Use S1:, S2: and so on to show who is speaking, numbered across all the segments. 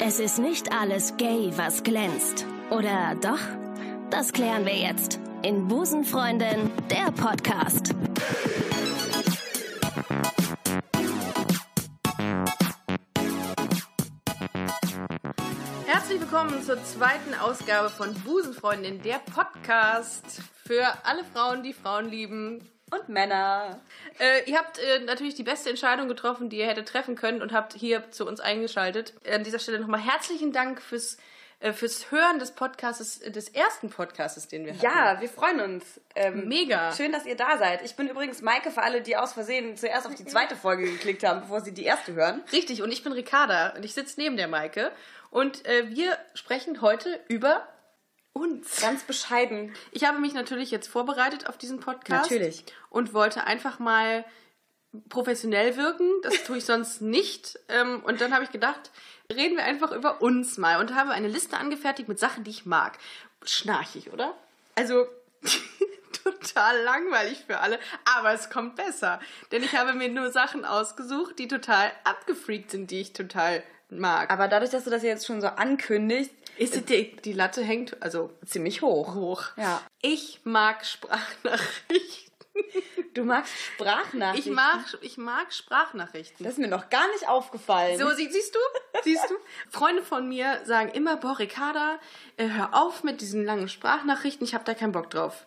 S1: Es ist nicht alles gay, was glänzt. Oder doch? Das klären wir jetzt in Busenfreundin, der Podcast.
S2: Herzlich willkommen zur zweiten Ausgabe von Busenfreundin, der Podcast für alle Frauen, die Frauen lieben.
S3: und Männer.
S2: Äh, ihr habt äh, natürlich die beste Entscheidung getroffen, die ihr hättet treffen können und habt hier zu uns eingeschaltet. An dieser Stelle nochmal herzlichen Dank fürs, äh, fürs Hören des Podcasts, des ersten Podcasts, den wir hatten.
S3: Ja, wir freuen uns. Ähm,
S2: Mega.
S3: Schön, dass ihr da seid. Ich bin übrigens Maike für alle, die aus Versehen zuerst auf die zweite Folge geklickt haben, bevor sie die erste hören.
S2: Richtig, und ich bin Ricarda und ich sitze neben der Maike. Und äh, wir sprechen heute über uns.
S3: Ganz bescheiden.
S2: Ich habe mich natürlich jetzt vorbereitet auf diesen Podcast.
S3: Natürlich.
S2: Und wollte einfach mal professionell wirken. Das tue ich sonst nicht. Ähm, Und dann habe ich gedacht, reden wir einfach über uns mal und habe eine Liste angefertigt mit Sachen, die ich mag. Schnarchig, oder?
S3: Also,
S2: total langweilig für alle, aber es kommt besser. Denn ich habe mir nur Sachen ausgesucht, die total abgefreakt sind, die ich total mag.
S3: aber dadurch, dass du das jetzt schon so ankündigst,
S2: Ist es die, die Latte hängt also ziemlich hoch. Hoch.
S3: Ja.
S2: Ich mag Sprachnachrichten.
S3: du magst Sprachnachrichten.
S2: Ich mag, ich mag Sprachnachrichten.
S3: Das ist mir noch gar nicht aufgefallen.
S2: So, sie, siehst du? Siehst du? Freunde von mir sagen immer, boah, Ricarda, äh, hör auf mit diesen langen Sprachnachrichten, ich habe da keinen Bock drauf.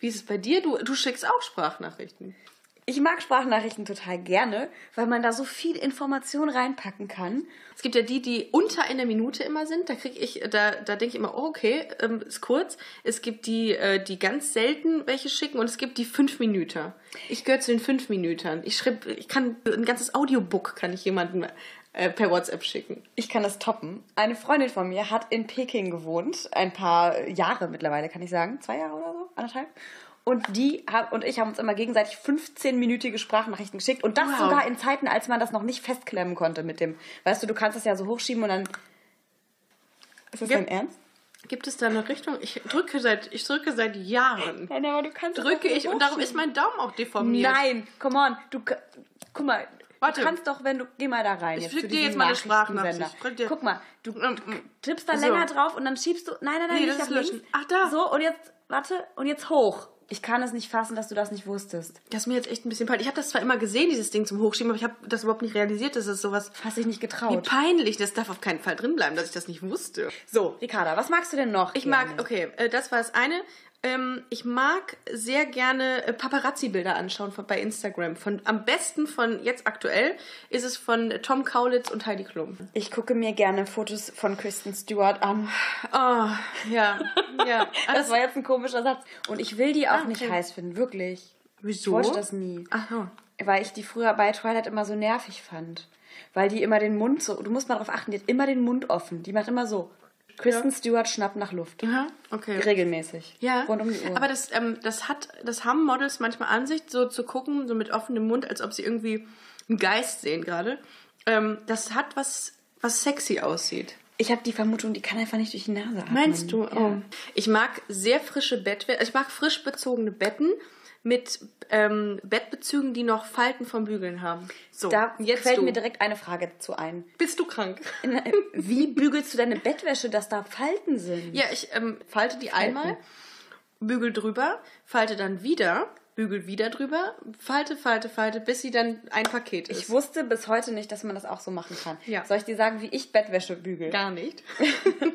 S2: Wie ist es bei dir? Du, du schickst auch Sprachnachrichten.
S3: Ich mag Sprachnachrichten total gerne, weil man da so viel Information reinpacken kann.
S2: Es gibt ja die, die unter einer Minute immer sind. Da kriege ich, da, da denke ich immer, oh, okay, ähm, ist kurz. Es gibt die, äh, die ganz selten welche schicken und es gibt die fünf Minuten. Ich gehöre zu den fünf Minuten. Ich schreib, ich kann ein ganzes Audiobook kann ich jemandem äh, per WhatsApp schicken.
S3: Ich kann das toppen. Eine Freundin von mir hat in Peking gewohnt, ein paar Jahre mittlerweile, kann ich sagen, zwei Jahre oder so, anderthalb. Und die hab, und ich haben uns immer gegenseitig 15-minütige Sprachnachrichten geschickt und das
S2: Wow.
S3: sogar in Zeiten, als man das noch nicht festklemmen konnte mit dem. Weißt du, du kannst das ja so hochschieben und dann Ist das
S2: Ja.
S3: dein Ernst?
S2: Gibt es da eine Richtung? Ich drücke seit, ich drücke seit Jahren.
S3: Nein, aber du kannst
S2: Drücke ich und darum ist mein Daumen auch deformiert.
S3: Nein, come on, du ka- guck mal,
S2: Warte.
S3: du kannst doch, wenn du geh mal da rein.
S2: Ich
S3: zu
S2: schick dir
S3: diesem
S2: jetzt mal eine
S3: Nachrichtensender.
S2: Sprachnachricht. Ich schick dir-
S3: Guck mal, du
S2: Ähm, ähm,
S3: tippst da
S2: so.
S3: länger drauf und dann schiebst du. Nein, nein, nein,
S2: Nee,
S3: nicht
S2: das
S3: nach
S2: ist löschen.
S3: links.
S2: Ach, da.
S3: So, und jetzt, warte, und jetzt hoch. Ich kann es nicht fassen, dass du das nicht wusstest.
S2: Das ist mir jetzt echt ein bisschen peinlich. Ich habe das zwar immer gesehen, dieses Ding zum Hochschieben, aber ich habe das überhaupt nicht realisiert, dass es sowas
S3: Hast dich nicht
S2: Wie
S3: getraut.
S2: peinlich, das darf auf keinen Fall drin bleiben, dass ich das nicht wusste. So,
S3: Ricarda, was magst du denn noch?
S2: ich mag, okay, äh, das war das eine. Ähm, ich mag sehr gerne äh, Paparazzi-Bilder anschauen von, bei Instagram. Von, am besten von jetzt aktuell ist es von äh, Tom Kaulitz und Heidi Klum.
S3: Ich gucke mir gerne Fotos von Kristen Stewart an.
S2: Oh, ja, ja.
S3: Das war jetzt ein komischer Satz. Und ich will die auch nicht
S2: okay.
S3: heiß finden, wirklich. Ich
S2: wieso?
S3: wollte das nie.
S2: Ach so.
S3: Weil ich die früher bei Twilight immer so nervig fand. Weil die immer den Mund so, du musst mal drauf achten, die hat immer den Mund offen. Die macht immer so. Kristen Stewart schnappt nach Luft.
S2: Ja, okay.
S3: Regelmäßig.
S2: Ja,
S3: Rund um die Uhr.
S2: aber das, ähm, das, hat, das haben Models manchmal an sich, so zu gucken, so mit offenem Mund, als ob sie irgendwie einen Geist sehen gerade. Ähm, das hat was, was sexy aussieht.
S3: Ich habe die Vermutung, die kann einfach nicht durch die Nase atmen.
S2: Meinst du? Oh.
S3: Ja.
S2: Ich mag sehr frische Bettwäsche. Ich mag frisch bezogene Betten mit ähm, Bettbezügen, die noch Falten vom Bügeln haben. So,
S3: Da fällt
S2: du.
S3: mir direkt eine Frage zu ein.
S2: Bist du krank?
S3: In- äh, Wie bügelst du deine Bettwäsche, dass da Falten sind?
S2: Ja, ich ähm, falte die einmal, bügel drüber, falte dann wieder, bügel wieder drüber, falte, falte, falte, bis sie dann ein Paket ist.
S3: Ich wusste bis heute nicht, dass man das auch so machen kann.
S2: Ja.
S3: Soll ich dir sagen, wie ich Bettwäsche bügel?
S2: Gar nicht.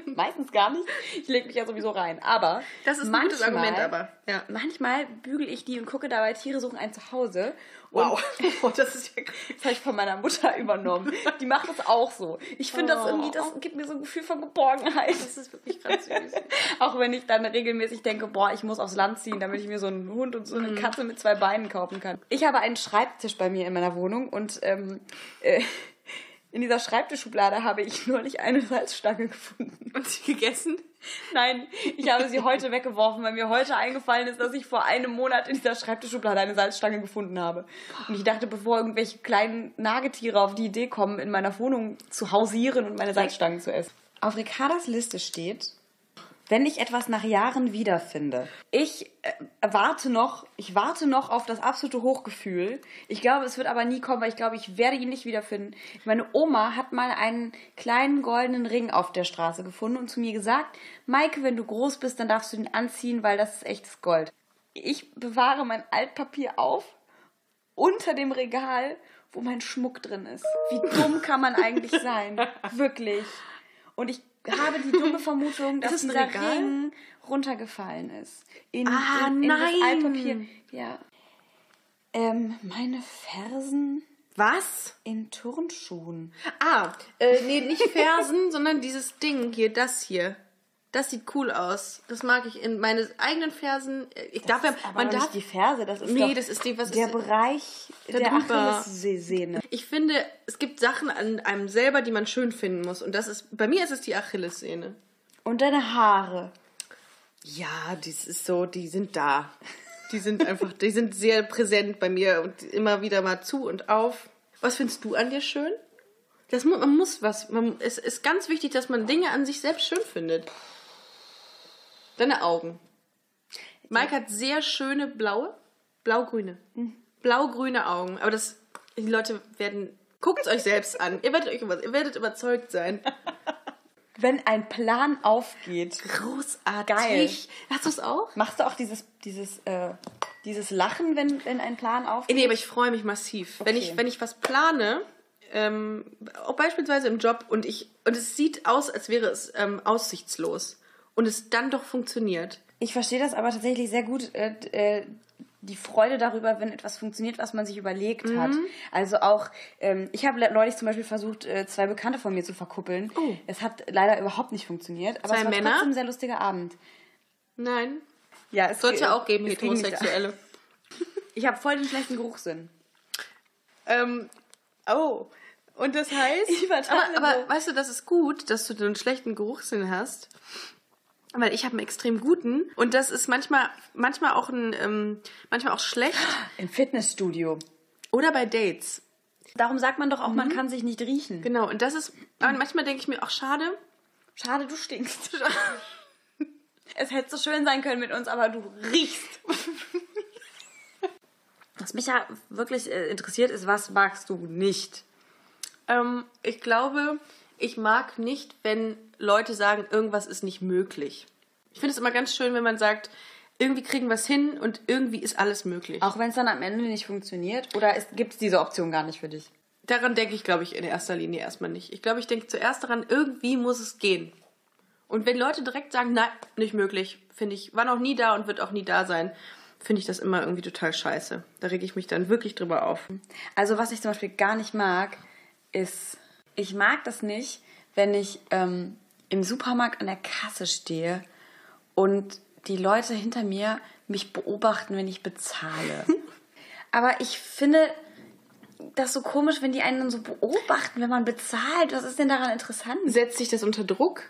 S3: Meistens gar nicht. Ich lege mich ja sowieso rein. Aber
S2: Das ist ein gutes Argument, aber, ja.
S3: Manchmal bügel ich die und gucke dabei, Tiere suchen ein Zuhause.
S2: Wow. Boah, das ist ja
S3: Das habe ich von meiner Mutter übernommen. Die macht das auch so. Ich finde das irgendwie, das gibt mir so ein Gefühl von Geborgenheit.
S2: Oh. Das ist wirklich ganz süß.
S3: Auch wenn ich dann regelmäßig denke, boah, ich muss aufs Land ziehen, damit ich mir so einen Hund und so
S2: Mhm.
S3: eine Katze mit zwei Beinen kaufen kann. Ich habe einen Schreibtisch bei mir in meiner Wohnung und ähm, äh, in dieser Schreibtischschublade habe ich neulich eine Salzstange gefunden.
S2: Und sie gegessen?
S3: Nein, ich habe sie heute weggeworfen, weil mir heute eingefallen ist, dass ich vor einem Monat in dieser Schreibtischschublade eine Salzstange gefunden habe. Und ich dachte, bevor irgendwelche kleinen Nagetiere auf die Idee kommen, in meiner Wohnung zu hausieren und meine Salzstangen zu essen. Auf Ricardas Liste steht wenn ich etwas nach Jahren wiederfinde. Ich äh, warte noch, ich warte noch auf das absolute Hochgefühl. Ich glaube, es wird aber nie kommen, weil ich glaube, ich werde ihn nicht wiederfinden. Meine Oma hat mal einen kleinen goldenen Ring auf der Straße gefunden und zu mir gesagt, Maike, wenn du groß bist, dann darfst du ihn anziehen, weil das ist echtes Gold. Ich bewahre mein Altpapier auf unter dem Regal, wo mein Schmuck drin ist. Wie dumm kann man eigentlich sein? Wirklich. Und ich habe die dumme Vermutung, dass
S2: Ist es ein
S3: dieser
S2: Regal?
S3: Ring runtergefallen ist. In,
S2: Ah,
S3: in, in
S2: nein.
S3: das Altpapier. Ja. Ähm, meine Fersen
S2: Was?
S3: in Turnschuhen.
S2: Ah, äh, nee, nicht Fersen, sondern dieses Ding hier, das hier. Das sieht cool aus. Das mag ich in meine eigenen Fersen. Ich darf ja,
S3: Das ist aber
S2: man
S3: doch
S2: darf.
S3: nicht die Ferse, das ist
S2: Nee,
S3: doch
S2: das ist die- was
S3: der
S2: ist-
S3: Bereich der
S2: drüber.
S3: Achillessehne.
S2: Ich finde, es gibt Sachen an einem selber, die man schön finden muss. Und das ist, bei mir ist es die Achillessehne.
S3: Und deine Haare.
S2: Ja, das ist so, die sind da. Die sind einfach, die sind sehr präsent bei mir und immer wieder mal zu und auf. Was findest du an dir schön? Das, mu- man muss was. Man, es ist ganz wichtig, dass man Dinge an sich selbst schön findet. Deine Augen. Mike hat sehr schöne blaue, blaugrüne, blaugrüne Augen. Aber das, die Leute werden, guckt es euch selbst an. Ihr werdet, euch, über- ihr werdet überzeugt sein.
S3: Wenn ein Plan aufgeht,
S2: Großartig.
S3: Geil.
S2: Hast du es auch?
S3: machst du auch dieses, dieses, äh, dieses Lachen, wenn, wenn ein Plan
S2: Ey,
S3: aufgeht?
S2: Äh, Nee, aber ich freue mich massiv. Wenn, ich,
S3: Okay.
S2: wenn ich was plane, ähm, auch beispielsweise im Job, und, ich, und es sieht aus, als wäre es ähm, aussichtslos und es dann doch funktioniert.
S3: Ich verstehe das aber tatsächlich sehr gut, äh, d- äh, die Freude darüber, wenn etwas funktioniert, was man sich überlegt
S2: Mhm.
S3: hat. Also auch, ähm, ich habe le- neulich zum Beispiel versucht, äh, zwei Bekannte von mir zu verkuppeln.
S2: Oh.
S3: Es hat leider überhaupt nicht funktioniert, aber
S2: Zwei
S3: es war
S2: Männer?
S3: trotzdem ein sehr lustiger Abend.
S2: Nein.
S3: Ja, es
S2: Sollte ja auch geben,
S3: es ging nicht.
S2: Heterosexuelle.
S3: Ich habe voll den schlechten Geruchssinn.
S2: Ähm, oh. Und das heißt.
S3: Ich übertreibe
S2: aber aber
S3: so.
S2: weißt du, das ist gut, dass du den schlechten Geruchssinn hast. Weil ich habe einen extrem guten und das ist manchmal, manchmal auch ein, ähm, manchmal auch schlecht.
S3: Im Fitnessstudio.
S2: Oder bei Dates.
S3: Darum sagt man doch auch,
S2: Mhm.
S3: man kann sich nicht riechen.
S2: Genau, und das ist, aber manchmal denke ich mir auch schade.
S3: Schade, du stinkst. es hätte so schön sein können mit uns, aber du riechst. Was mich ja wirklich äh, interessiert, ist, was magst du nicht?
S2: Ähm, ich glaube, ich mag nicht, wenn Leute sagen, irgendwas ist nicht möglich. Ich finde es immer ganz schön, wenn man sagt, irgendwie kriegen wir es hin und irgendwie ist alles möglich.
S3: Auch wenn es dann am Ende nicht funktioniert? Oder gibt es diese Option gar nicht für dich?
S2: Daran denke ich, glaube ich, in erster Linie erstmal nicht. Ich glaube, ich denke zuerst daran, irgendwie muss es gehen. Und wenn Leute direkt sagen, nein, nicht möglich, finde ich, war noch nie da und wird auch nie da sein, finde ich das immer irgendwie total scheiße. Da reg ich mich dann wirklich drüber auf.
S3: Also, was ich zum Beispiel gar nicht mag, ist, ich mag das nicht, wenn ich ähm, im Supermarkt an der Kasse stehe und die Leute hinter mir mich beobachten, wenn ich bezahle. Aber ich finde das so komisch, wenn die einen dann so beobachten, wenn man bezahlt. Was ist denn daran interessant?
S2: Setzt sich das unter Druck?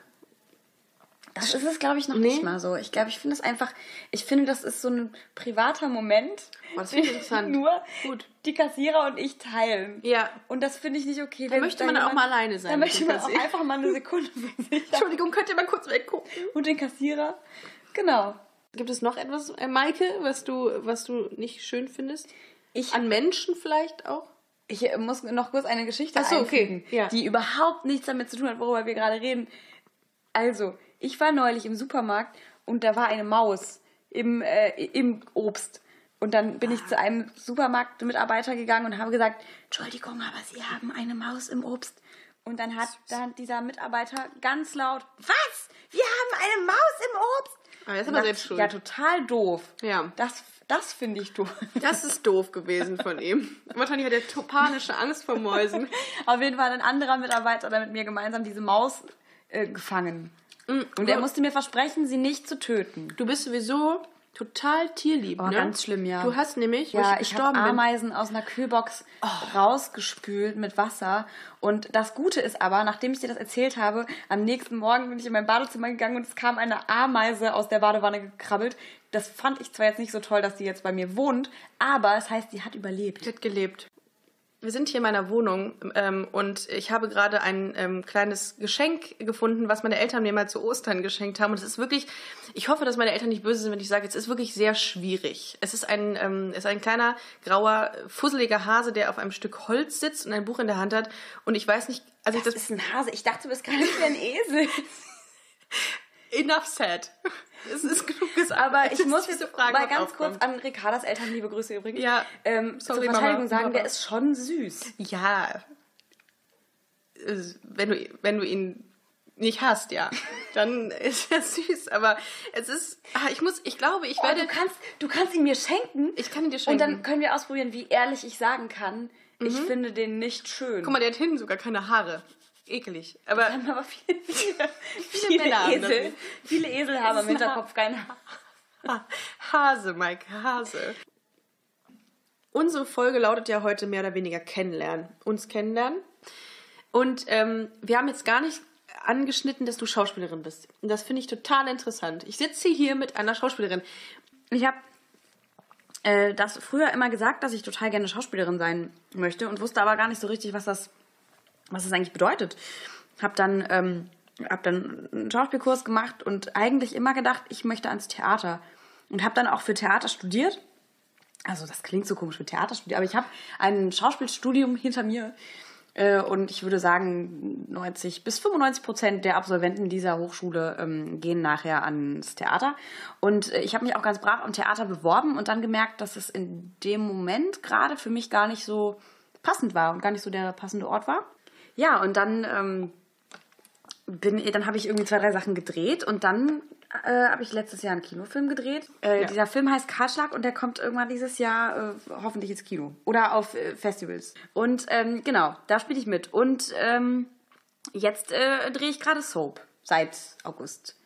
S3: Das ist es, glaube ich, noch
S2: Nee.
S3: nicht mal so. Ich glaube, ich finde das einfach, ich finde, das ist so ein privater Moment,
S2: Oh, das finde ich interessant.
S3: nur
S2: Gut.
S3: die Kassierer und ich teilen.
S2: Ja.
S3: Und das finde ich nicht okay.
S2: Da möchte man auch mal alleine sein
S3: Da
S2: mit
S3: möchte
S2: dem
S3: man auch
S2: Kassierer.
S3: einfach mal eine Sekunde für sich
S2: Entschuldigung, könnt ihr mal kurz weggucken?
S3: und den Kassierer. Genau.
S2: Gibt es noch etwas, äh, Maike, was du, was du nicht schön findest?
S3: Ich,
S2: An Menschen vielleicht auch?
S3: ich äh, muss noch kurz eine Geschichte
S2: Ach so, okay.
S3: einfügen,
S2: Ja.
S3: die überhaupt nichts damit zu tun hat, worüber wir gerade reden. Also, ich war neulich im Supermarkt und da war eine Maus im, äh, im Obst. Und dann bin ich zu einem Supermarktmitarbeiter gegangen und habe gesagt, Entschuldigung, aber Sie haben eine Maus im Obst. Und dann hat dann dieser Mitarbeiter ganz laut, was? Wir haben eine Maus im Obst?
S2: Ah, jetzt
S3: Und
S2: aber
S3: dachte
S2: selbst
S3: ich,
S2: schuld.
S3: Ja, total doof.
S2: Ja.
S3: Das, das finde ich doof.
S2: Das ist doof gewesen von ihm. Wahrscheinlich hat er to- panische Angst vor Mäusen.
S3: Auf jeden Fall ein anderer Mitarbeiter hat mit mir gemeinsam diese Maus äh, gefangen. Und er musste mir versprechen, sie nicht zu töten.
S2: Du bist sowieso total tierlieb,
S3: Oh,
S2: ne?
S3: ganz schlimm, ja.
S2: Du hast nämlich, wo
S3: Ja,
S2: ich
S3: ich habe
S2: gestorben bin, Oh.
S3: Ameisen aus einer Kühlbox rausgespült mit Wasser. Und das Gute ist aber, nachdem ich dir das erzählt habe, am nächsten Morgen bin ich in mein Badezimmer gegangen und es kam eine Ameise aus der Badewanne gekrabbelt. Das fand ich zwar jetzt nicht so toll, dass die jetzt bei mir wohnt, aber es heißt, die hat überlebt.
S2: hat gelebt. wir sind hier in meiner Wohnung ähm, und ich habe gerade ein ähm, kleines Geschenk gefunden, was meine Eltern mir mal zu Ostern geschenkt haben. Und es ist wirklich, ich hoffe, dass meine Eltern nicht böse sind, wenn ich sage, es ist wirklich sehr schwierig. Es ist ein, ähm, es ist ein kleiner, grauer, fusseliger Hase, der auf einem Stück Holz sitzt und ein Buch in der Hand hat. Und ich weiß nicht, also ich
S3: Das
S2: das.
S3: ist ein Hase. Ich dachte, du bist gar nicht mehr ein Esel.
S2: enough said. Es ist genug gesagt.
S3: Aber ich
S2: dass
S3: muss
S2: diese
S3: jetzt
S2: Frage
S3: mal
S2: noch
S3: ganz
S2: aufkommt.
S3: kurz an Ricardas Eltern, liebe Grüße übrigens,
S2: Ja,
S3: ähm,
S2: sorry,
S3: zur Verteidigung
S2: Mama.
S3: sagen, der
S2: Mama.
S3: ist schon süß.
S2: Ja. Es- Wenn du, wenn du ihn nicht hast, ja, dann ist er süß. Aber es ist, ah, ich muss, ich glaube, ich
S3: Oh,
S2: werde,
S3: du, kannst, du kannst ihn mir schenken.
S2: ich kann ihn dir
S3: Und
S2: schenken. Mhm.
S3: dann können wir ausprobieren, wie ehrlich ich sagen kann, ich finde den nicht schön.
S2: Guck mal, der hat hinten sogar keine Haare. Ekelig. Aber
S3: aber viele, viele,
S2: Männer haben das
S3: Esel,
S2: nicht.
S3: viele Esel haben im
S2: ist ein
S3: Hinterkopf keine Haare.
S2: Ha- Hase, Mike, Hase. Unsere Folge lautet ja heute mehr oder weniger kennenlernen. Uns kennenlernen. Und ähm, wir haben jetzt gar nicht angeschnitten, dass du Schauspielerin bist. Und das finde ich total interessant. Ich sitze hier mit einer Schauspielerin.
S3: Ich habe äh, das früher immer gesagt, dass ich total gerne Schauspielerin sein möchte und wusste aber gar nicht so richtig, was das, was das eigentlich bedeutet. Hab dann, ähm, hab dann einen Schauspielkurs gemacht und eigentlich immer gedacht, ich möchte ans Theater. Und habe dann auch für Theater studiert. Also das klingt so komisch mit Theaterstudium, aber ich habe ein Schauspielstudium hinter mir. Äh, Und ich würde sagen, 90 bis 95 Prozent der Absolventen dieser Hochschule ähm, gehen nachher ans Theater. Und äh, ich habe mich auch ganz brav am Theater beworben und dann gemerkt, dass es in dem Moment gerade für mich gar nicht so passend war und gar nicht so der passende Ort war. Ja, und dann ähm, bin, dann habe ich irgendwie zwei, drei Sachen gedreht und dann äh, habe ich letztes Jahr einen Kinofilm gedreht. Äh,
S2: Ja.
S3: Dieser Film heißt Kartschlag und der kommt irgendwann dieses Jahr äh, hoffentlich ins Kino oder auf äh, Festivals. Und ähm, genau, da spiele ich mit. Und ähm, jetzt äh, drehe ich gerade Soap seit August.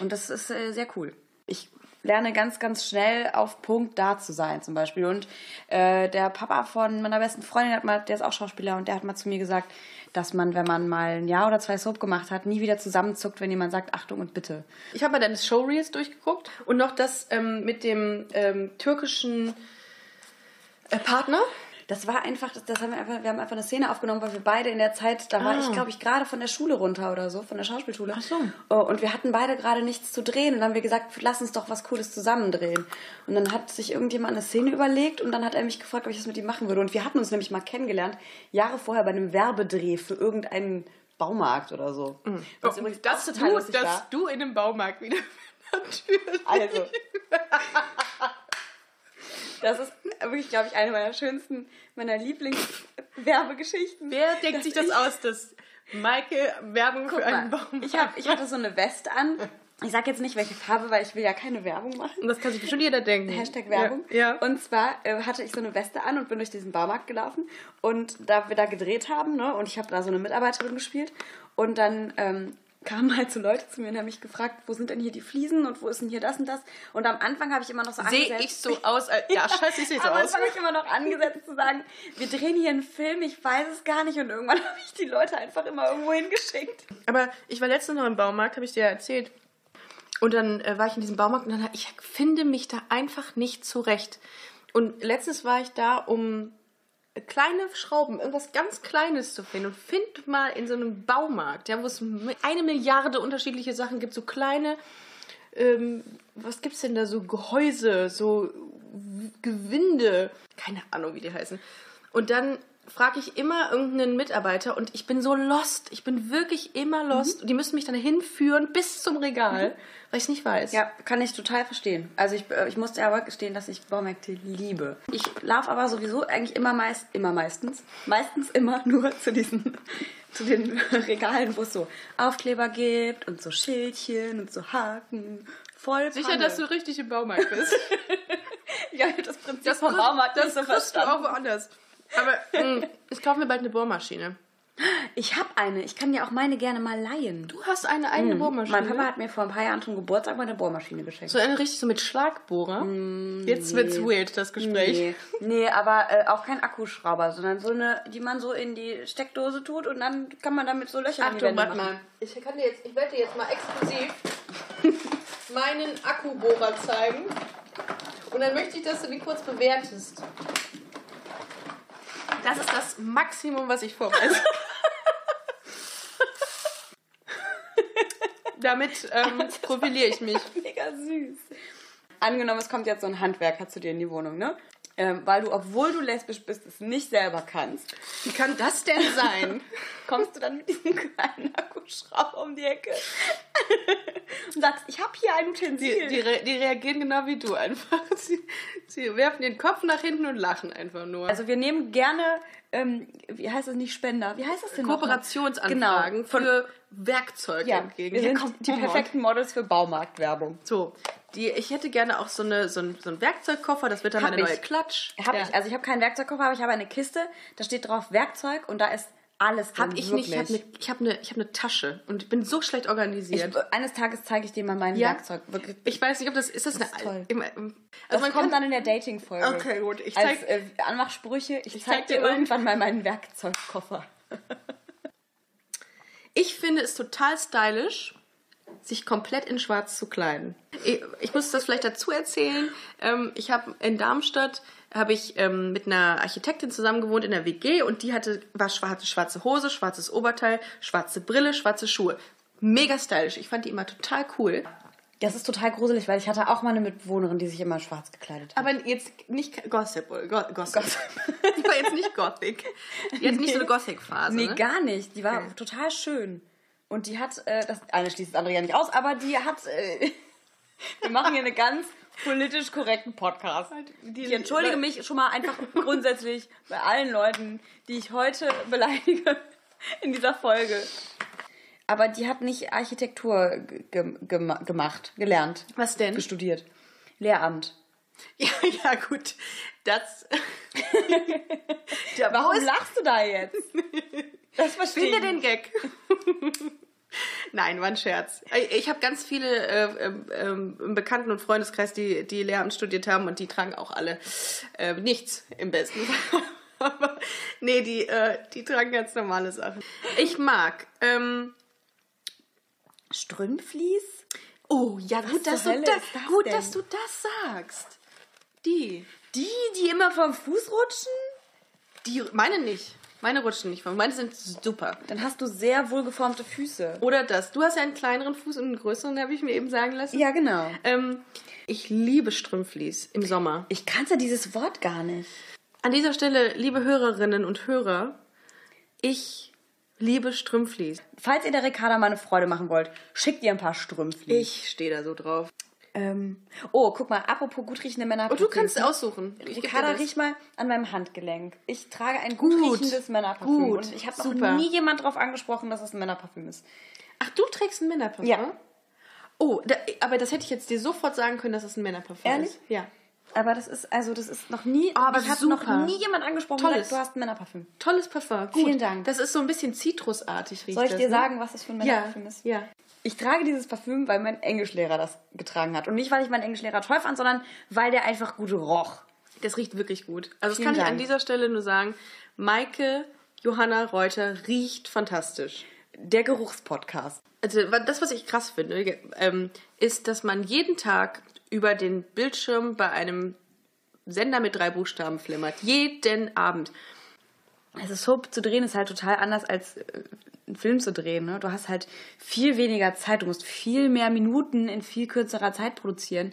S3: Und das ist äh, sehr cool. Ich lerne ganz, ganz schnell auf Punkt da zu sein, zum Beispiel. Und äh, der Papa von meiner besten Freundin hat mal, der ist auch Schauspieler und der hat mal zu mir gesagt, dass man, wenn man mal ein Jahr oder zwei Soap gemacht hat, nie wieder zusammenzuckt, wenn jemand sagt, Achtung und bitte.
S2: Ich habe mal deine Showreels durchgeguckt und noch das ähm, mit dem ähm, türkischen äh, Partner.
S3: Das war einfach, das, das haben wir einfach, wir haben einfach eine Szene aufgenommen, weil wir beide in der Zeit, da war ich, glaube ich, gerade von der Schule runter oder so, von der Schauspielschule. Ach
S2: so.
S3: Und wir hatten beide gerade nichts zu drehen. Und dann haben wir gesagt, lass uns doch was Cooles zusammen drehen. Und dann hat sich irgendjemand eine Szene überlegt und dann hat er mich gefragt, ob ich das mit ihm machen würde. Und wir hatten uns nämlich mal kennengelernt, Jahre vorher bei einem Werbedreh für irgendeinen Baumarkt oder so. Was übrigens
S2: dass
S3: auch total
S2: du,
S3: lustig
S2: dass
S3: war.
S2: du in einem Baumarkt wieder natürlich.
S3: Also. Das ist wirklich, glaube ich, eine meiner schönsten, meiner Lieblingswerbegeschichten.
S2: Wer denkt sich das aus, dass Maike Werbung für
S3: Guck
S2: einen
S3: mal,
S2: Baum
S3: ich, hab, ich hatte so eine Weste an. Ich sag jetzt nicht, welche Farbe, weil ich will ja keine Werbung machen.
S2: Und das kann sich bestimmt jeder denken.
S3: Hashtag Werbung.
S2: Ja. ja.
S3: Und zwar äh, hatte ich so eine Weste an und bin durch diesen Baumarkt gelaufen. Und da wir da gedreht haben, ne, und ich habe da so eine Mitarbeiterin gespielt. Und dann ähm, kamen halt so Leute zu mir und haben mich gefragt, wo sind denn hier die Fliesen und wo ist denn hier das und das? Und am Anfang habe ich immer noch so
S2: sehe ich so aus. Als, ja, scheiße, ich sehe so
S3: Am
S2: aus.
S3: Anfang habe ich immer noch angesetzt zu sagen, wir drehen hier einen Film, ich weiß es gar nicht. Und irgendwann habe ich die Leute einfach immer irgendwo hingeschickt.
S2: Aber ich war letztens noch im Baumarkt, habe ich dir ja erzählt. Und dann äh, war ich in diesem Baumarkt und dann, ich finde mich da einfach nicht zurecht. Und letztens war ich da, um kleine Schrauben, irgendwas ganz Kleines zu finden. Und find mal in so einem Baumarkt, ja, wo es mi- eine Milliarde unterschiedliche Sachen gibt, so kleine, ähm, was gibt's denn da, so Gehäuse, so W- Gewinde, keine Ahnung, wie die heißen. Und dann frage ich immer irgendeinen Mitarbeiter und ich bin so lost. Ich bin wirklich immer lost. Und die müssen mich dann hinführen bis zum Regal, weil ich es nicht weiß.
S3: Ja, kann ich total verstehen. Also ich, äh, ich musste aber gestehen, dass ich Baumärkte liebe. Ich laufe aber sowieso eigentlich immer meist, immer meistens, meistens immer nur zu diesen, zu den Regalen, wo es so Aufkleber gibt und so Schildchen und so Haken. Voll
S2: Sicher,
S3: Panne.
S2: dass du richtig im Baumarkt bist.
S3: ja, das Prinzip
S2: Das
S3: vom
S2: krieg-
S3: Baumarkt nicht so
S2: kriegst du
S3: verstanden.
S2: auch woanders. Aber mh, ich kaufe mir bald eine Bohrmaschine.
S3: Ich habe eine. Ich kann dir auch meine gerne mal leihen.
S2: Du hast eine eigene Bohrmaschine.
S3: Mein Papa hat mir vor ein paar Jahren zum Geburtstag meine Bohrmaschine geschenkt.
S2: so eine richtig so mit Schlagbohrer. Jetzt wird's weird, das Gespräch.
S3: Nee, nee aber äh, auch kein Akkuschrauber, sondern so eine, die man so in die Steckdose tut und dann kann man damit so Löcher in die
S2: Achtung,
S3: Wände
S2: warte
S3: machen.
S2: mal. Ich, kann dir jetzt, ich werde dir jetzt mal exklusiv meinen Akkubohrer zeigen. Und dann möchte ich, dass du den kurz bewertest. Das ist das Maximum, was ich vorweise. Damit ähm, profiliere ich mich.
S3: Mega süß. Angenommen, es kommt jetzt so ein Handwerker zu dir in die Wohnung, ne? Ähm, weil du, obwohl du lesbisch bist, es nicht selber kannst,
S2: Wie kann das denn sein?
S3: kommst du dann mit diesem kleinen Akkuschrauber um die Ecke und sagst, ich habe hier ein Utensil.
S2: Die, die, re die reagieren genau wie du einfach. Sie, sie werfen den Kopf nach hinten und lachen einfach nur.
S3: also wir nehmen gerne, ähm, wie heißt das nicht Spender, wie heißt das
S2: Genau.
S3: denn? nochmal?
S2: Kooperationsanfragen
S3: Genau.
S2: für Werkzeug
S3: Ja,
S2: entgegen.
S3: wir
S2: Hier
S3: sind
S2: kommt
S3: die
S2: Hummer.
S3: perfekten Models für Baumarktwerbung.
S2: So, die, ich hätte gerne auch so, eine, so, ein, so einen Werkzeugkoffer, das wird dann
S3: Hab
S2: meine
S3: ich.
S2: neue Klatsch.
S3: Hab
S2: Ja.
S3: ich, also ich habe keinen Werkzeugkoffer, aber ich habe eine Kiste, da steht drauf Werkzeug und da ist alles drin.
S2: Hab ich nicht. Ich habe eine ich hab ne, ich hab ne Tasche und ich bin so schlecht organisiert.
S3: Ich, eines Tages zeige ich dir mal mein
S2: Ja.
S3: Werkzeug. Wirklich.
S2: Ich weiß nicht, ob das ist äh, das,
S3: Das ist
S2: eine.
S3: toll.
S2: im- im-
S3: Das
S2: Also man
S3: kommt
S2: kommt
S3: dann in der Dating-Folge.
S2: Okay, gut. Ich
S3: Als
S2: zeig-
S3: äh, Anmachsprüche. Ich, zeig
S2: zeig
S3: dir
S2: dir
S3: irgendwann mal meinen Werkzeugkoffer.
S2: Ich finde es total stylisch, sich komplett in Schwarz zu kleiden. Ich, ich muss das vielleicht dazu erzählen. Ähm, ich habe in Darmstadt habe ich ähm, mit einer Architektin zusammen gewohnt in der WG und die hatte war schwa- hatte schwarze Hose, schwarzes Oberteil, schwarze Brille, schwarze Schuhe. Mega stylisch. Ich fand die immer total cool.
S3: Das ist total gruselig, weil ich hatte auch mal eine Mitbewohnerin, die sich immer in schwarz gekleidet hat.
S2: Aber jetzt nicht Gossip, oder? Go Gossip. Die war jetzt nicht Gothic. Die hatte nicht so eine Gothic-Phase.
S3: nee,
S2: ne?
S3: gar nicht. Die war
S2: Okay.
S3: total schön. Und die hat, äh, das eine schließt das andere ja nicht aus, aber die hat, äh, wir machen hier einen ganz politisch korrekten Podcast.
S2: Die-
S3: Ich entschuldige mich schon mal einfach grundsätzlich bei allen Leuten, die ich heute beleidige in dieser Folge. Aber die hat nicht Architektur ge gem- gemacht, gelernt,
S2: Was denn?
S3: gestudiert. Lehramt.
S2: Ja, ja, gut. Das.
S3: Warum lachst du da jetzt? Das verstehe ich.
S2: Finde den Gag. Nein, war ein Scherz. Ich habe ganz viele äh, ähm, ähm, im Bekannten- und Freundeskreis, die, die Lehramt studiert haben und die tragen auch alle äh, nichts im besten Fall. Aber nee, die, äh, die tragen ganz normale Sachen. Ich mag. Ähm,
S3: Strümpflies?
S2: oh, ja, gut,
S3: zur
S2: dass, du
S3: Hölle
S2: das,
S3: ist das
S2: gut
S3: denn?
S2: dass du das sagst. Die.
S3: Die, die immer vom Fuß rutschen?
S2: Die, meine nicht. Meine rutschen nicht. von. Meine sind super.
S3: Dann hast du sehr wohlgeformte Füße.
S2: Oder das. Du hast ja einen kleineren Fuß und einen größeren, habe ich mir eben sagen lassen.
S3: Ja, genau.
S2: Ähm, ich liebe Strümpflis im Sommer.
S3: Ich kannte dieses Wort gar nicht.
S2: An dieser Stelle, liebe Hörerinnen und Hörer, ich liebe Strümpflis.
S3: Falls ihr der Ricarda mal eine Freude machen wollt, schickt ihr ein paar Strümpflies.
S2: Ich stehe da so drauf.
S3: Ähm, oh, guck mal, apropos gut riechende Männer.
S2: Und Oh, du kannst aussuchen. Ich geb dir
S3: Ricarda,
S2: das.
S3: riech mal an meinem Handgelenk. Ich trage ein gut,
S2: Gut.
S3: riechendes Männerparfüm.
S2: Gut.
S3: Und ich habe
S2: Super.
S3: noch nie jemand darauf angesprochen, dass es ein Männerparfüm ist.
S2: Ach, du trägst ein Männerparfüm?
S3: Ja.
S2: Oh, da, aber das hätte ich jetzt dir sofort sagen können, dass es ein Männerparfüm
S3: Ehrlich?
S2: ist. Ja.
S3: Aber das ist, also das ist noch nie,
S2: Ah, Aber
S3: ich habe noch
S2: super.
S3: nie jemand angesprochen, und
S2: Tolles.
S3: gesagt, du hast ein Männerparfüm.
S2: Tolles Parfüm. Gut.
S3: Vielen Dank.
S2: Das ist so ein bisschen zitrusartig, riecht
S3: Soll ich
S2: das,
S3: dir
S2: ne?
S3: sagen, was das für ein
S2: Ja,
S3: Männerparfüm ist?
S2: ja.
S3: Ich trage dieses Parfüm, weil mein Englischlehrer das getragen hat. Und nicht, weil ich meinen Englischlehrer toll fand, sondern weil der einfach gut roch.
S2: Das riecht wirklich gut. Also das
S3: Vielen
S2: kann ich
S3: Dank.
S2: an dieser Stelle nur sagen. Maike Johanna Reuter riecht fantastisch.
S3: Der Geruchspodcast.
S2: Also wa- das, was ich krass finde, ge- ähm, ist, dass man jeden Tag über den Bildschirm bei einem Sender mit drei Buchstaben flimmert. Jeden Abend.
S3: Also Soap zu drehen ist halt total anders als äh, einen Film zu drehen. Ne? Du hast halt viel weniger Zeit, du musst viel mehr Minuten in viel kürzerer Zeit produzieren.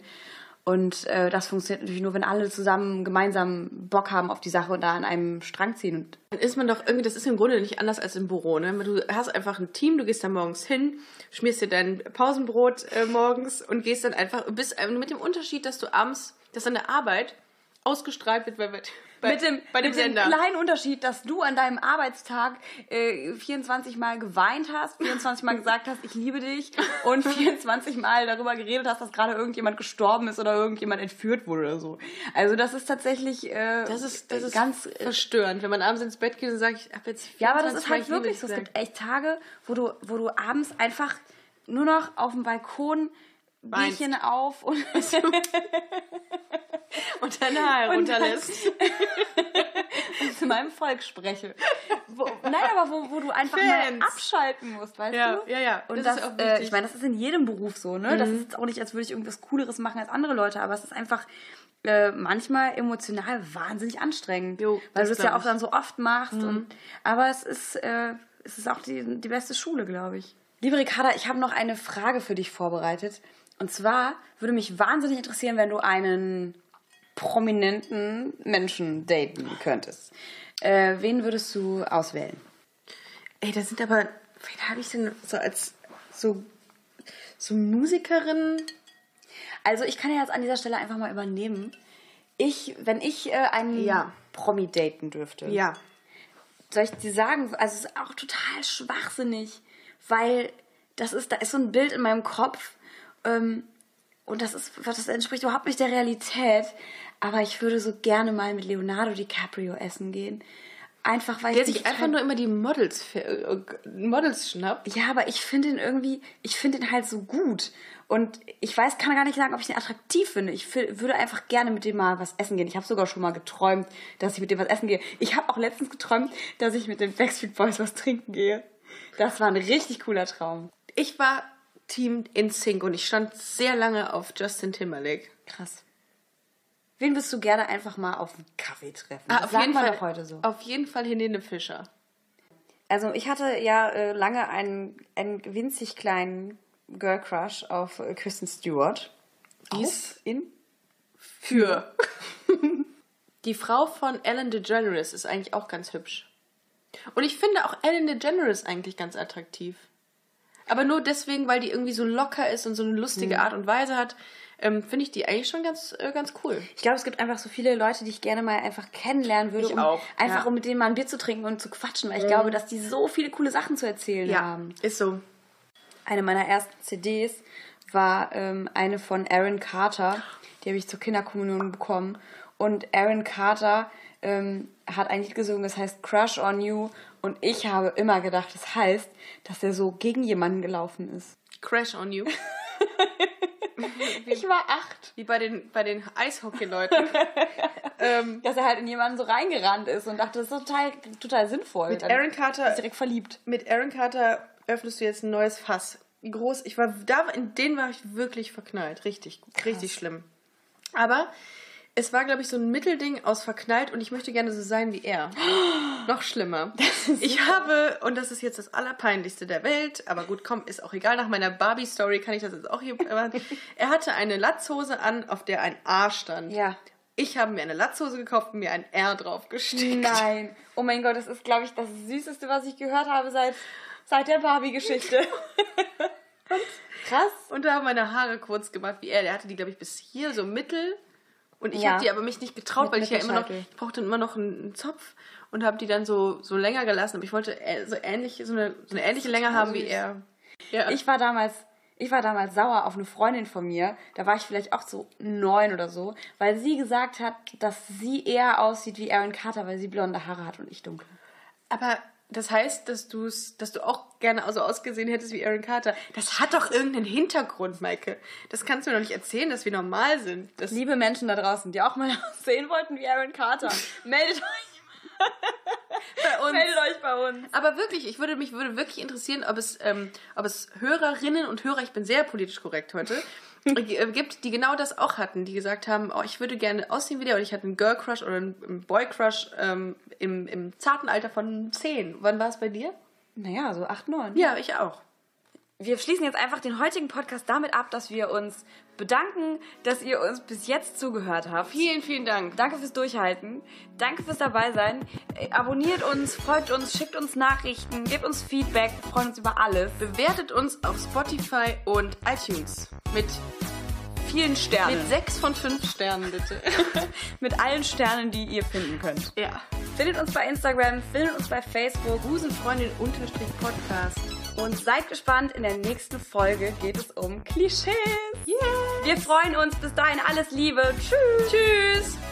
S3: Und äh, das funktioniert natürlich nur, wenn alle zusammen gemeinsam Bock haben auf die Sache und da an einem Strang ziehen. Und
S2: Dann ist man doch irgendwie, das ist im Grunde nicht anders als im Büro. Ne? Du hast einfach ein Team, du gehst dann morgens hin, schmierst dir dein Pausenbrot äh, morgens und gehst dann einfach, bist ähm, mit dem Unterschied, dass du abends, dass deine Arbeit ausgestrahlt wird bei, bei, bei dem
S3: mit
S2: Sender.
S3: dem kleinen Unterschied, dass du an deinem Arbeitstag äh, 24 Mal geweint hast, 24 Mal gesagt hast, ich liebe dich und 24 Mal darüber geredet hast, dass gerade irgendjemand gestorben ist oder irgendjemand entführt wurde oder so. Also das ist tatsächlich äh,
S2: das ist, das ist
S3: ganz
S2: ganz
S3: äh,
S2: verstörend, wenn man abends ins Bett geht und sagt, ich hab jetzt
S3: Ja, aber das ist
S2: 24
S3: halt
S2: Mal Liebe
S3: wirklich so. Es
S2: gesagt.
S3: gibt echt Tage, wo du, wo du abends einfach nur noch auf dem Balkon
S2: Weint.
S3: Bierchen auf und,
S2: und halt deine Haare
S3: Und dann-
S2: runterlässt.
S3: und zu meinem Volk spreche. Wo, nein, aber wo, wo du einfach
S2: Fans.
S3: mal abschalten musst, weißt
S2: Ja,
S3: du?
S2: ja, ja.
S3: Und
S2: Das
S3: das,
S2: ist auch
S3: äh,
S2: wichtig.
S3: ich meine, das ist in jedem Beruf so, ne? Das ist jetzt auch nicht, als würde ich irgendwas Cooleres machen als andere Leute, aber es ist einfach äh, manchmal emotional wahnsinnig anstrengend.
S2: Jo,
S3: weil
S2: das
S3: du es
S2: glaub
S3: ja auch
S2: ich.
S3: dann so oft machst. Und, aber es ist, äh, es ist auch die, die beste Schule, glaube ich. Liebe Ricarda, ich habe noch eine Frage für dich vorbereitet. Und zwar würde mich wahnsinnig interessieren, wenn du einen prominenten Menschen daten könntest. Äh, wen würdest du auswählen?
S2: Ey, da sind aber, wen habe ich denn so als so, so Musikerin?
S3: Also ich kann ja jetzt an dieser Stelle einfach mal übernehmen. Ich, wenn ich äh, einen
S2: Ja.
S3: Promi daten dürfte,
S2: Ja.
S3: soll ich dir sagen, also es ist auch total schwachsinnig, weil das ist, da ist so ein Bild in meinem Kopf ähm, und das ist, das entspricht überhaupt nicht der Realität. Aber ich würde so gerne mal mit Leonardo DiCaprio essen gehen, einfach weil
S2: Der
S3: ich
S2: sich
S3: den
S2: einfach nur immer die Models, für- äh, Models schnappt.
S3: ja, aber ich finde ihn irgendwie, ich finde ihn halt so gut. Und ich weiß, kann gar nicht sagen, ob ich ihn attraktiv finde. Ich fi- würde einfach gerne mit dem mal was essen gehen. Ich habe sogar schon mal geträumt, dass ich mit dem was essen gehe. Ich habe auch letztens geträumt, dass ich mit den Backstreet Boys was trinken gehe. Das war ein richtig cooler Traum.
S2: Ich war Team in Sync und ich stand sehr lange auf Justin Timberlake.
S3: Krass. Wen wirst du gerne einfach mal auf einen Kaffee treffen?
S2: Ah,
S3: Das sagt man doch heute so.
S2: Auf jeden Fall Helene Fischer.
S3: Also ich hatte ja äh, lange einen, einen winzig kleinen Girl Crush auf äh, Kristen Stewart.
S2: Die ist
S3: In
S2: für. die Frau von Ellen DeGeneres ist eigentlich auch ganz hübsch. Und ich finde auch Ellen DeGeneres eigentlich ganz attraktiv. Aber nur deswegen, weil die irgendwie so locker ist und so eine lustige Art und Weise hat, ähm, finde ich die eigentlich schon ganz, äh, ganz cool.
S3: Ich glaube, es gibt einfach so viele Leute, die ich gerne mal einfach kennenlernen würde,
S2: Ich
S3: um,
S2: auch,
S3: einfach
S2: ja. Mhm.
S3: um mit denen mal ein Bier zu trinken und zu quatschen, weil ich glaube, dass die so viele coole Sachen zu erzählen haben.
S2: ist so.
S3: Eine meiner ersten CDs war ähm, eine von Aaron Carter, die habe ich zur Kinderkommunion bekommen. Und Aaron Carter ähm, hat ein Lied gesungen, das heißt Crush on You. Und ich habe immer gedacht, das heißt, dass er so gegen jemanden gelaufen ist.
S2: Crash on you.
S3: Ich war acht.
S2: Wie bei den, bei den Eishockey-Leuten. ähm,
S3: Dass er halt in jemanden so reingerannt ist und dachte, das ist total, total sinnvoll.
S2: Mit
S3: Dann
S2: Aaron Carter-
S3: ist direkt verliebt.
S2: mit Aaron Carter öffnest du jetzt ein neues Fass. Groß, ich war da, in den war ich wirklich verknallt. Richtig, richtig schlimm. Aber es war, glaube ich, so ein Mittelding aus verknallt und ich möchte gerne so sein wie er. Noch schlimmer. Ich habe, und das ist jetzt das Allerpeinlichste der Welt, aber gut, komm, ist auch egal. Nach meiner Barbie-Story kann ich das jetzt auch hier machen. Er hatte eine Latzhose an, auf der ein A stand.
S3: Ja.
S2: Ich habe mir eine Latzhose gekauft und mir ein R drauf gesteckt.
S3: Nein. Oh mein Gott, das ist, glaube ich, das Süßeste, was ich gehört habe seit, seit der Barbie-Geschichte. Krass.
S2: Und da haben meine Haare kurz gemacht wie er. Der hatte die, glaube ich, bis hier so mittel. Und ich
S3: Ja.
S2: habe die aber mich nicht getraut,
S3: Mit
S2: weil ich ja immer noch,
S3: Mittelscheitel.
S2: ich brauchte immer noch einen einen Zopf und habe die dann so, so länger gelassen. Aber ich wollte ä- so, ähnlich, so, eine, so eine ähnliche Länge haben wie
S3: süß.
S2: er. Ja.
S3: Ich war damals. Ich war damals sauer auf eine Freundin von mir, da war ich vielleicht auch so neun oder so, weil sie gesagt hat, dass sie eher aussieht wie Aaron Carter, weil sie blonde Haare hat und ich dunkle.
S2: aber das heißt, dass, du's, dass du auch gerne so ausgesehen hättest wie Aaron Carter. Das hat doch irgendeinen Hintergrund, Maike. Das kannst du mir doch nicht erzählen, dass wir normal sind. Das,
S3: Liebe Menschen da draußen, die auch mal aussehen wollten wie Aaron Carter, meldet euch,
S2: bei uns.
S3: meldet euch bei uns.
S2: Aber wirklich, ich würde mich würde wirklich interessieren, ob es, ähm, ob es Hörerinnen und Hörer, ich bin sehr politisch korrekt heute, g- äh, gibt, die genau das auch hatten, die gesagt haben, oh, ich würde gerne aussehen wie der oder ich hatte einen Girl Crush oder einen einen Boy Crush ähm, im, im zarten Alter von 10. Wann war es bei dir?
S3: Naja, so acht, neun.
S2: Ja, ich auch.
S3: Wir schließen jetzt einfach den heutigen Podcast damit ab, dass wir uns bedanken, dass ihr uns bis jetzt zugehört habt.
S2: Vielen, vielen Dank.
S3: Danke fürs Durchhalten. Danke fürs Dabeisein. Äh, Abonniert uns, folgt uns, schickt uns Nachrichten, gebt uns Feedback. Wir freuen uns über alles.
S2: Bewertet uns auf Spotify und iTunes mit,
S3: Vielen
S2: mit
S3: Sternen.
S2: 6 von 5 Sternen, bitte.
S3: Mit, allen Sternen, die ihr finden könnt.
S2: ja.
S3: Findet uns bei Instagram, findet uns bei Facebook
S2: Busenfreundin unterstrich Podcast.
S3: und seid gespannt. In der nächsten Folge geht es um Klischees. Wir freuen uns. Bis dahin alles Liebe. Tschüss. Tschüss.